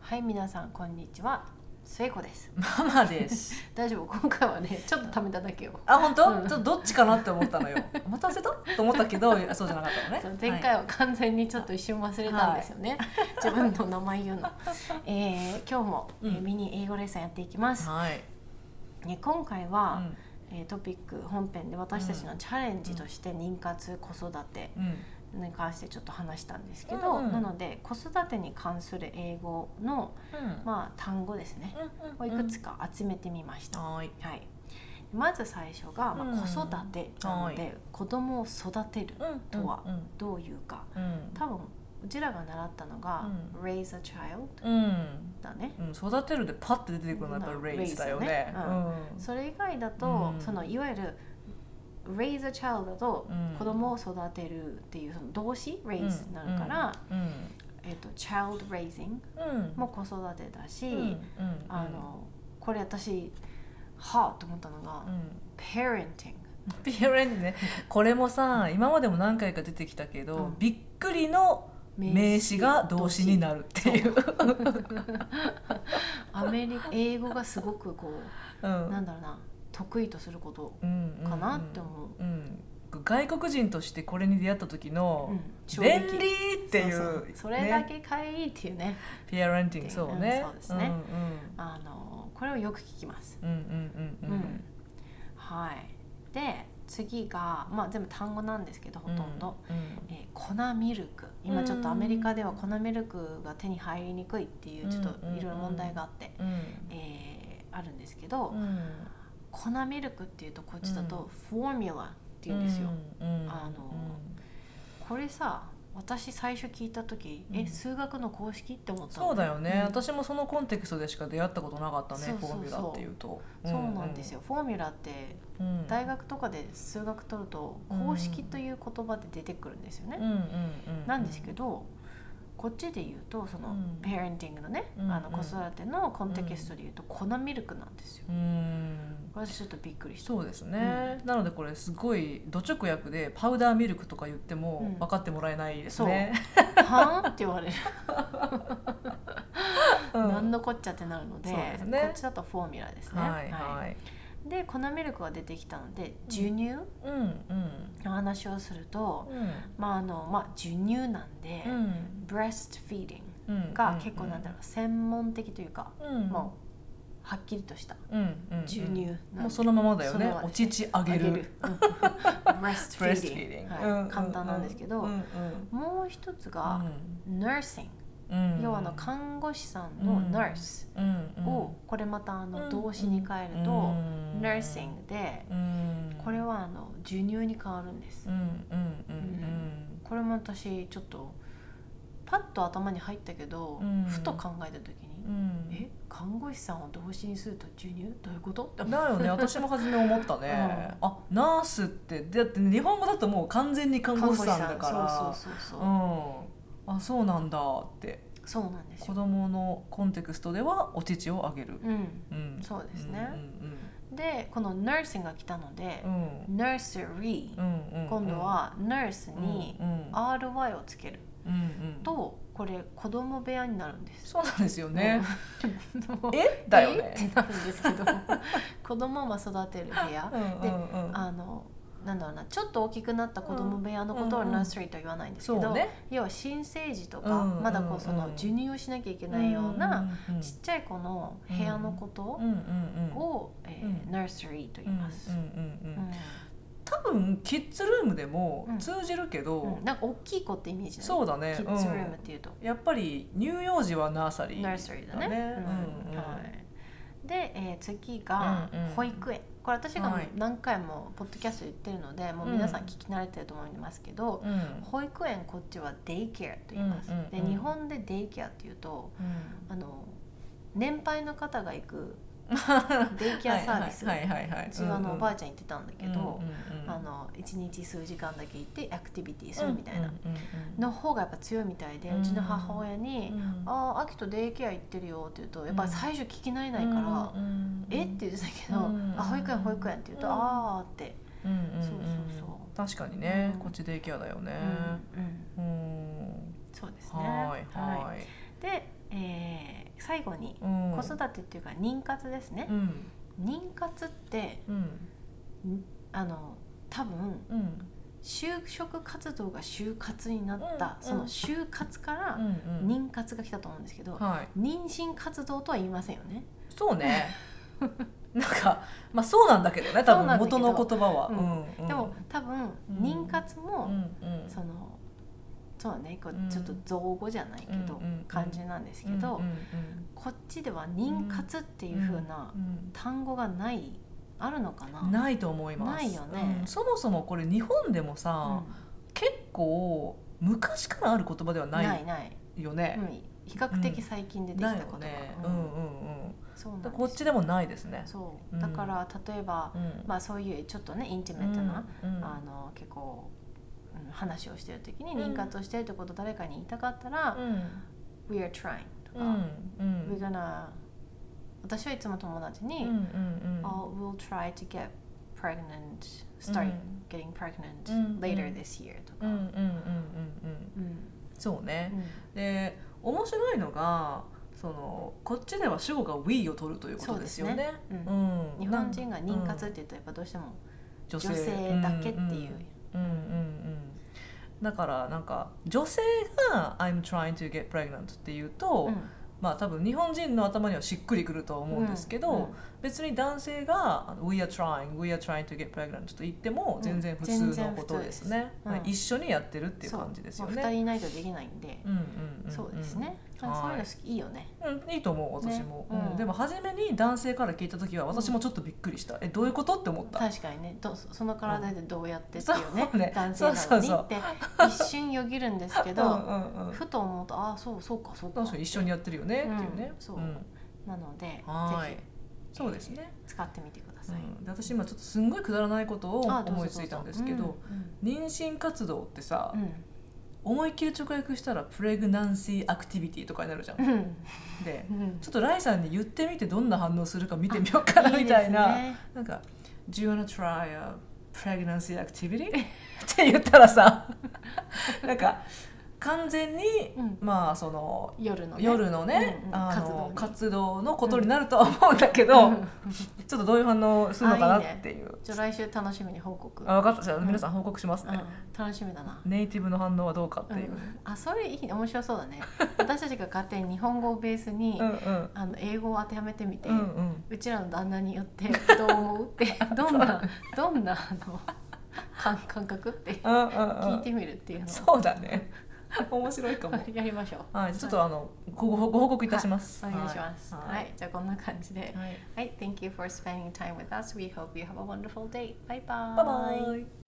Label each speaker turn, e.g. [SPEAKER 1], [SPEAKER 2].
[SPEAKER 1] はい皆さんこんにちは末子です
[SPEAKER 2] ママです。
[SPEAKER 1] 大丈夫 今回はねちょっとためただけよ
[SPEAKER 2] あ、本当？
[SPEAKER 1] うん
[SPEAKER 2] ちょっとどっちかなって思ったのよ。また忘れた？と思ったけど、あそうじゃなかったのね
[SPEAKER 1] そう。前回は完全にちょっと一瞬忘れたんですよね、自分の名前 言うの、えー今日も、えー
[SPEAKER 2] うん
[SPEAKER 1] ミニ英語レッスンやっていきます、
[SPEAKER 2] はい。はい。
[SPEAKER 1] ね、今回
[SPEAKER 2] う
[SPEAKER 1] は、
[SPEAKER 2] ん
[SPEAKER 1] えートピック本編で私たちのチャレンジとして妊活子育て
[SPEAKER 2] うん。
[SPEAKER 1] に関してちょっと話したんですけど、
[SPEAKER 2] うんうん
[SPEAKER 1] なので子育てに関する英語の、
[SPEAKER 2] うん。
[SPEAKER 1] まあ、単語ですねをいくつか集めてみました、
[SPEAKER 2] はい。
[SPEAKER 1] はい、まず最初が、ま
[SPEAKER 2] うん
[SPEAKER 1] あ、子育てなので、
[SPEAKER 2] は
[SPEAKER 1] 子供を育てる
[SPEAKER 2] うん。
[SPEAKER 1] とは
[SPEAKER 2] うん。
[SPEAKER 1] どういうか
[SPEAKER 2] うん。
[SPEAKER 1] 多分うちらが習ったのが「
[SPEAKER 2] う
[SPEAKER 1] raise a child
[SPEAKER 2] うん。」
[SPEAKER 1] だね。
[SPEAKER 2] うん、育てるでパッて出てくるのはやっぱりレイズだよね。
[SPEAKER 1] うんそれ以外だと、
[SPEAKER 2] うん
[SPEAKER 1] そのいわゆる「raise a child」だと
[SPEAKER 2] うん
[SPEAKER 1] 子供を育てるっていうその動詞「raise」になるから「
[SPEAKER 2] うん。
[SPEAKER 1] えっと child raising
[SPEAKER 2] うん。」
[SPEAKER 1] も子育てだ
[SPEAKER 2] う
[SPEAKER 1] し、
[SPEAKER 2] ん、うん
[SPEAKER 1] あ、のこれ私はあと思ったのが
[SPEAKER 2] うん。
[SPEAKER 1] 「parenting
[SPEAKER 2] ピュレンね、これもさ、今までも何回か出てきたけど、
[SPEAKER 1] うん
[SPEAKER 2] びっくりの名詞が動詞になるっていう。
[SPEAKER 1] アメリカ英語がすごくこう
[SPEAKER 2] うん
[SPEAKER 1] なんだろうな得意とすることか
[SPEAKER 2] か
[SPEAKER 1] なって思う。
[SPEAKER 2] うん外国人としてこれに出会った時
[SPEAKER 1] う
[SPEAKER 2] の
[SPEAKER 1] ん
[SPEAKER 2] 「
[SPEAKER 1] 衝
[SPEAKER 2] 便
[SPEAKER 1] 撃
[SPEAKER 2] 利!」っていう
[SPEAKER 1] そうそうそれだ
[SPEAKER 2] ね
[SPEAKER 1] けかいっていうね
[SPEAKER 2] ピアランティングそう
[SPEAKER 1] うん
[SPEAKER 2] ね
[SPEAKER 1] そうですね
[SPEAKER 2] うん
[SPEAKER 1] あのこれをよく聞きます。
[SPEAKER 2] うんうんうんうんうん
[SPEAKER 1] はい、で次が、まあ、全部単語なんですけどほとんど、
[SPEAKER 2] うん
[SPEAKER 1] えー粉ミルク今ちょっとアメリカでは粉ミルクが手に入りにくいっていうちょっといろいろ問題があって、
[SPEAKER 2] うん
[SPEAKER 1] えーあるんですけど、
[SPEAKER 2] うん
[SPEAKER 1] 粉ミルクっていうとこっちだとフォーミュラっていうんですよ。
[SPEAKER 2] うんうん
[SPEAKER 1] あのこれさ私最初聞いた時、
[SPEAKER 2] う
[SPEAKER 1] え
[SPEAKER 2] ん
[SPEAKER 1] 数学の公式って思ったの
[SPEAKER 2] そうだよね、
[SPEAKER 1] うん
[SPEAKER 2] 私もそのコンテクストでしか出会ったことなかったね
[SPEAKER 1] そう
[SPEAKER 2] フ
[SPEAKER 1] そう
[SPEAKER 2] ォ
[SPEAKER 1] そ
[SPEAKER 2] ー
[SPEAKER 1] う
[SPEAKER 2] ミュラっていうと
[SPEAKER 1] そうなんですよ、、フォーミュラって
[SPEAKER 2] うんうん
[SPEAKER 1] 大学とかで数学取ると
[SPEAKER 2] うん
[SPEAKER 1] 公式という言葉で出てくるんですよね、
[SPEAKER 2] うんうんうん、
[SPEAKER 1] なんですけどこっちで言うとその、
[SPEAKER 2] うん
[SPEAKER 1] ペアレンティングのね、
[SPEAKER 2] うん
[SPEAKER 1] あの子育てのコンテキストで言うと粉ミルクなんですよ、
[SPEAKER 2] うん
[SPEAKER 1] 私ちょっとびっくりした
[SPEAKER 2] そうですね、なのでこれすごい土直訳でパウダーミルクとか言って
[SPEAKER 1] う
[SPEAKER 2] も
[SPEAKER 1] ん
[SPEAKER 2] 分かってもらえないですね、
[SPEAKER 1] はんって言われる、
[SPEAKER 2] うん
[SPEAKER 1] なんのこっちゃってなるので
[SPEAKER 2] そうですね
[SPEAKER 1] こっちだとフォーミュラですね、
[SPEAKER 2] はいはい、
[SPEAKER 1] で粉ミルクが出てきたので授乳
[SPEAKER 2] うんうん
[SPEAKER 1] の話をすると、
[SPEAKER 2] う
[SPEAKER 1] まああのまあ、授乳なんで、
[SPEAKER 2] ん
[SPEAKER 1] breastfeeding
[SPEAKER 2] うん
[SPEAKER 1] が結構なんだろう、専門的というか、
[SPEAKER 2] うん
[SPEAKER 1] もうはっきりとした
[SPEAKER 2] うんうんうん
[SPEAKER 1] 授乳なんで
[SPEAKER 2] もうそのままだよね
[SPEAKER 1] そのまま
[SPEAKER 2] お
[SPEAKER 1] ですね
[SPEAKER 2] 乳あげる
[SPEAKER 1] うん breastfeeding はい簡単なんですけど、
[SPEAKER 2] うんうん
[SPEAKER 1] もう一つ
[SPEAKER 2] う
[SPEAKER 1] が、nursing、
[SPEAKER 2] んうん、
[SPEAKER 1] 要はあの看護師さんの nurse を、これまたあの動詞に変えると、nursing でこれ
[SPEAKER 2] を、
[SPEAKER 1] はあの授乳に変わるんです、
[SPEAKER 2] うんうんうん
[SPEAKER 1] これも私ちょっとパッと頭に入ったけど、
[SPEAKER 2] うん
[SPEAKER 1] ふと考えた時に、
[SPEAKER 2] うん、
[SPEAKER 1] え看護師さんを動詞にすると授乳どういうことって思
[SPEAKER 2] だよね私も初め思ったね、あナースってだって日本語だともう完全に看護師さんだから
[SPEAKER 1] そうそうそうそうう、
[SPEAKER 2] ん、あそうなんだって
[SPEAKER 1] そうなんです
[SPEAKER 2] 子
[SPEAKER 1] よ
[SPEAKER 2] 供のコンテクストではお乳をあげる、
[SPEAKER 1] うん
[SPEAKER 2] うん
[SPEAKER 1] そうですね
[SPEAKER 2] うん
[SPEAKER 1] でこの nursing が来たので
[SPEAKER 2] う、ん
[SPEAKER 1] nursery、
[SPEAKER 2] うんうんうん、
[SPEAKER 1] 今度は nurse に
[SPEAKER 2] うんうん
[SPEAKER 1] ry をつける
[SPEAKER 2] うんうん、
[SPEAKER 1] とこれ子供部屋になるんです
[SPEAKER 2] そうなんですよね、
[SPEAKER 1] もう
[SPEAKER 2] えだよ
[SPEAKER 1] えっ
[SPEAKER 2] ね、
[SPEAKER 1] てなるんですけど子供が育てる部屋
[SPEAKER 2] うんうんうん、
[SPEAKER 1] あのなんだろうなちょっと大きくなった子供部屋のことを
[SPEAKER 2] うんうんうん
[SPEAKER 1] nursery とは言わないんですけ
[SPEAKER 2] そ
[SPEAKER 1] ど、
[SPEAKER 2] うね
[SPEAKER 1] 要は新生児とか、
[SPEAKER 2] うんうんうん
[SPEAKER 1] まだこうその授乳をしなきゃいけないような、ちっちゃい子の部屋のこと
[SPEAKER 2] うんうんうんうん、
[SPEAKER 1] を、えー
[SPEAKER 2] うん
[SPEAKER 1] nursery と言います。
[SPEAKER 2] うん
[SPEAKER 1] う
[SPEAKER 2] うんんうん、多分キッズルームでも通じるけど、
[SPEAKER 1] うんなんか大きい子ってイメージない
[SPEAKER 2] そうだね
[SPEAKER 1] キッズルームっていうと、
[SPEAKER 2] うん、やっぱり乳幼児はナーサリー
[SPEAKER 1] nursery だね。
[SPEAKER 2] うん
[SPEAKER 1] う
[SPEAKER 2] うんん
[SPEAKER 1] はいで、えー次が
[SPEAKER 2] うんうん
[SPEAKER 1] 保育園、これ私がもう
[SPEAKER 2] はい
[SPEAKER 1] 何回もポッドキャストで言ってるので、もう皆さん聞き慣れてると思いますけど、
[SPEAKER 2] うん
[SPEAKER 1] 保育園こっちはデイケアと言います。
[SPEAKER 2] うんうんうん
[SPEAKER 1] で日本でデイケアっていうとあの年配の方が行 くデイケアサービス
[SPEAKER 2] はいはいはいはいう
[SPEAKER 1] ちはあのおばあ
[SPEAKER 2] ち
[SPEAKER 1] ちゃん行ってたんだけど、あの1日数時間だけ行ってアクティビティするみたいなの方がやっぱ強いみたいで、う
[SPEAKER 2] うん
[SPEAKER 1] ちの母親に
[SPEAKER 2] うん
[SPEAKER 1] 「ああ秋とデイケア行ってるよ」って言うとやっぱり最初聞き慣れないから「えっ?」て言ってたけど「
[SPEAKER 2] うん
[SPEAKER 1] あ保育園保育園」って言うと「
[SPEAKER 2] うん
[SPEAKER 1] ああ」って、
[SPEAKER 2] うんうんうん
[SPEAKER 1] そうそうそう
[SPEAKER 2] 確かにね、
[SPEAKER 1] うん
[SPEAKER 2] こっちデイケアだよね
[SPEAKER 1] うんうん
[SPEAKER 2] うん
[SPEAKER 1] そうですね。
[SPEAKER 2] はいはい
[SPEAKER 1] で、えー最後に
[SPEAKER 2] うん
[SPEAKER 1] 子育てっていうか妊活ですね
[SPEAKER 2] う、ん
[SPEAKER 1] 妊活って
[SPEAKER 2] うん
[SPEAKER 1] あの多分
[SPEAKER 2] うん
[SPEAKER 1] 就職活動が就活になった、
[SPEAKER 2] うん
[SPEAKER 1] その就活から
[SPEAKER 2] うん
[SPEAKER 1] 妊活が来たと思うんですけど、
[SPEAKER 2] はい
[SPEAKER 1] 妊娠活動とは言いませんよね、
[SPEAKER 2] そうねなんかまあそうなんだけどね多
[SPEAKER 1] そうな
[SPEAKER 2] 分
[SPEAKER 1] んだけど
[SPEAKER 2] 元の言葉は、
[SPEAKER 1] う
[SPEAKER 2] うんうん
[SPEAKER 1] でも多分
[SPEAKER 2] うん
[SPEAKER 1] 妊活
[SPEAKER 2] う
[SPEAKER 1] も、
[SPEAKER 2] んうん
[SPEAKER 1] そのそうだねこ
[SPEAKER 2] うん
[SPEAKER 1] うちょっと造語じゃないけど、
[SPEAKER 2] うんうん
[SPEAKER 1] 感じなんですけど、
[SPEAKER 2] うん
[SPEAKER 1] こっちでは妊活っていう風な
[SPEAKER 2] うん
[SPEAKER 1] 単語がないあるのかな
[SPEAKER 2] うんないと思います
[SPEAKER 1] ないよね
[SPEAKER 2] うんそもそもこれ日本でもさ、結構昔からある言葉では
[SPEAKER 1] うんな
[SPEAKER 2] ない
[SPEAKER 1] ない、
[SPEAKER 2] いよね
[SPEAKER 1] う、ん、比較的最近出てき
[SPEAKER 2] な
[SPEAKER 1] た
[SPEAKER 2] い
[SPEAKER 1] 言
[SPEAKER 2] よ
[SPEAKER 1] 葉、
[SPEAKER 2] ね
[SPEAKER 1] う
[SPEAKER 2] うんんうん
[SPEAKER 1] そう
[SPEAKER 2] う
[SPEAKER 1] なんん
[SPEAKER 2] で
[SPEAKER 1] で
[SPEAKER 2] こっ
[SPEAKER 1] す
[SPEAKER 2] ちでもないですね
[SPEAKER 1] そう
[SPEAKER 2] うん
[SPEAKER 1] だから例えば、
[SPEAKER 2] うん
[SPEAKER 1] まあ、そういうちょっとねインチメ
[SPEAKER 2] う
[SPEAKER 1] ット
[SPEAKER 2] ん
[SPEAKER 1] な、
[SPEAKER 2] うん
[SPEAKER 1] あの結構、うん話をしてる時に
[SPEAKER 2] うん
[SPEAKER 1] 妊活をしてるってことを誰かに言いたかったら「We are trying」と
[SPEAKER 2] う
[SPEAKER 1] か
[SPEAKER 2] んう
[SPEAKER 1] 「We're
[SPEAKER 2] ん
[SPEAKER 1] gonna」私はいつも友達
[SPEAKER 2] うんう
[SPEAKER 1] に
[SPEAKER 2] んうん
[SPEAKER 1] 「Oh, we'll try to get pregnant start getting pregnant
[SPEAKER 2] うん
[SPEAKER 1] later this year」とか。
[SPEAKER 2] うんうんうんうんうん
[SPEAKER 1] うん
[SPEAKER 2] そうね、
[SPEAKER 1] うん
[SPEAKER 2] で面白いのがそのこっちでは主語が we を取るということですよね。
[SPEAKER 1] そうですね
[SPEAKER 2] うん
[SPEAKER 1] 日本人が妊活
[SPEAKER 2] う
[SPEAKER 1] っ
[SPEAKER 2] ん
[SPEAKER 1] て言うとやっぱどうしても
[SPEAKER 2] 女
[SPEAKER 1] 女性だけってい
[SPEAKER 2] ん
[SPEAKER 1] う。
[SPEAKER 2] うんうんうんだからなんか女性が「I'm trying to get pregnant」っていうと、
[SPEAKER 1] うん
[SPEAKER 2] まあ多分日本人の頭にはしっくりくるとは思うんですけど、
[SPEAKER 1] うんうん
[SPEAKER 2] 別に男性があの「We are trying」「We are trying to get pregnant」と言っても全然普通のことですね、
[SPEAKER 1] うん全然普通ですうん
[SPEAKER 2] はい一緒にやってるっていう
[SPEAKER 1] そう
[SPEAKER 2] 感じですよ
[SPEAKER 1] まあ二
[SPEAKER 2] ね。
[SPEAKER 1] 人いないとできないんで、
[SPEAKER 2] うんうんうんん
[SPEAKER 1] そうですね。そういうの好きいいよね。
[SPEAKER 2] うん、いいと思う私も、
[SPEAKER 1] ね
[SPEAKER 2] うん
[SPEAKER 1] うん
[SPEAKER 2] でも初めに男性から聞いた時は私もちょっとびっくりした、えどういうことって思った
[SPEAKER 1] 確かにねどその体でどうやってっていうね,、
[SPEAKER 2] そうね
[SPEAKER 1] 男性なのに
[SPEAKER 2] そうそう
[SPEAKER 1] って一瞬よぎるんですけ
[SPEAKER 2] うんう
[SPEAKER 1] ど
[SPEAKER 2] んうん
[SPEAKER 1] ふと思うとああそうそうかそうか
[SPEAKER 2] 確かに一緒にやってるよねっていうね、
[SPEAKER 1] うんそうんなので
[SPEAKER 2] は
[SPEAKER 1] ぜ
[SPEAKER 2] いそうですね、
[SPEAKER 1] ひ使ってみてくだ
[SPEAKER 2] う
[SPEAKER 1] さい、
[SPEAKER 2] ん、で私今ちょっとすんごいくだらないことを
[SPEAKER 1] あどうぞ
[SPEAKER 2] 思いついたんですけど
[SPEAKER 1] う
[SPEAKER 2] 妊娠活動ってさ、
[SPEAKER 1] ん
[SPEAKER 2] 思いっきり直訳したらプレグナンシーアクティビティとかになるじゃん
[SPEAKER 1] うんうん
[SPEAKER 2] で
[SPEAKER 1] うん
[SPEAKER 2] ちょっとライさんに言ってみてどんな反応するか見てみようかなみたいな。なんか「Do you wanna try a pregnancy activity?」って 言った らさなんか完全に、
[SPEAKER 1] うん
[SPEAKER 2] まあその
[SPEAKER 1] 夜のね、
[SPEAKER 2] 夜のね、
[SPEAKER 1] うんうん
[SPEAKER 2] あの
[SPEAKER 1] 活動
[SPEAKER 2] 活動のことになるとは思うんだけど、
[SPEAKER 1] うん
[SPEAKER 2] ちょっとどういう反応するのかな
[SPEAKER 1] あいいね
[SPEAKER 2] っていう
[SPEAKER 1] じゃあ来週楽しみに報告、う
[SPEAKER 2] あ分かったじゃあ皆さん報告しますね、
[SPEAKER 1] ん、楽しみだな、
[SPEAKER 2] ネイティブの反応はどうかって
[SPEAKER 1] う
[SPEAKER 2] いう、
[SPEAKER 1] ん、あそれいいね面白そう だね私たちが勝手に日本語をベースに、
[SPEAKER 2] うん、うんうん
[SPEAKER 1] あの英語を当てはめてみて、
[SPEAKER 2] うんうん
[SPEAKER 1] うちらの旦那によってどう思うって どんなどんなあの感感覚って
[SPEAKER 2] うん
[SPEAKER 1] 聞いうて
[SPEAKER 2] ん
[SPEAKER 1] みるっていうのを
[SPEAKER 2] そうだね面白いかも
[SPEAKER 1] やりましょう。
[SPEAKER 2] はいちょっとあのごごご報告いたします、
[SPEAKER 1] お願いします。
[SPEAKER 2] はい
[SPEAKER 1] はい、じゃあこんな感じで。
[SPEAKER 2] はい
[SPEAKER 1] はい、Thank you for spending time with us. We hope you have a wonderful day. Bye bye.
[SPEAKER 2] 拜拜。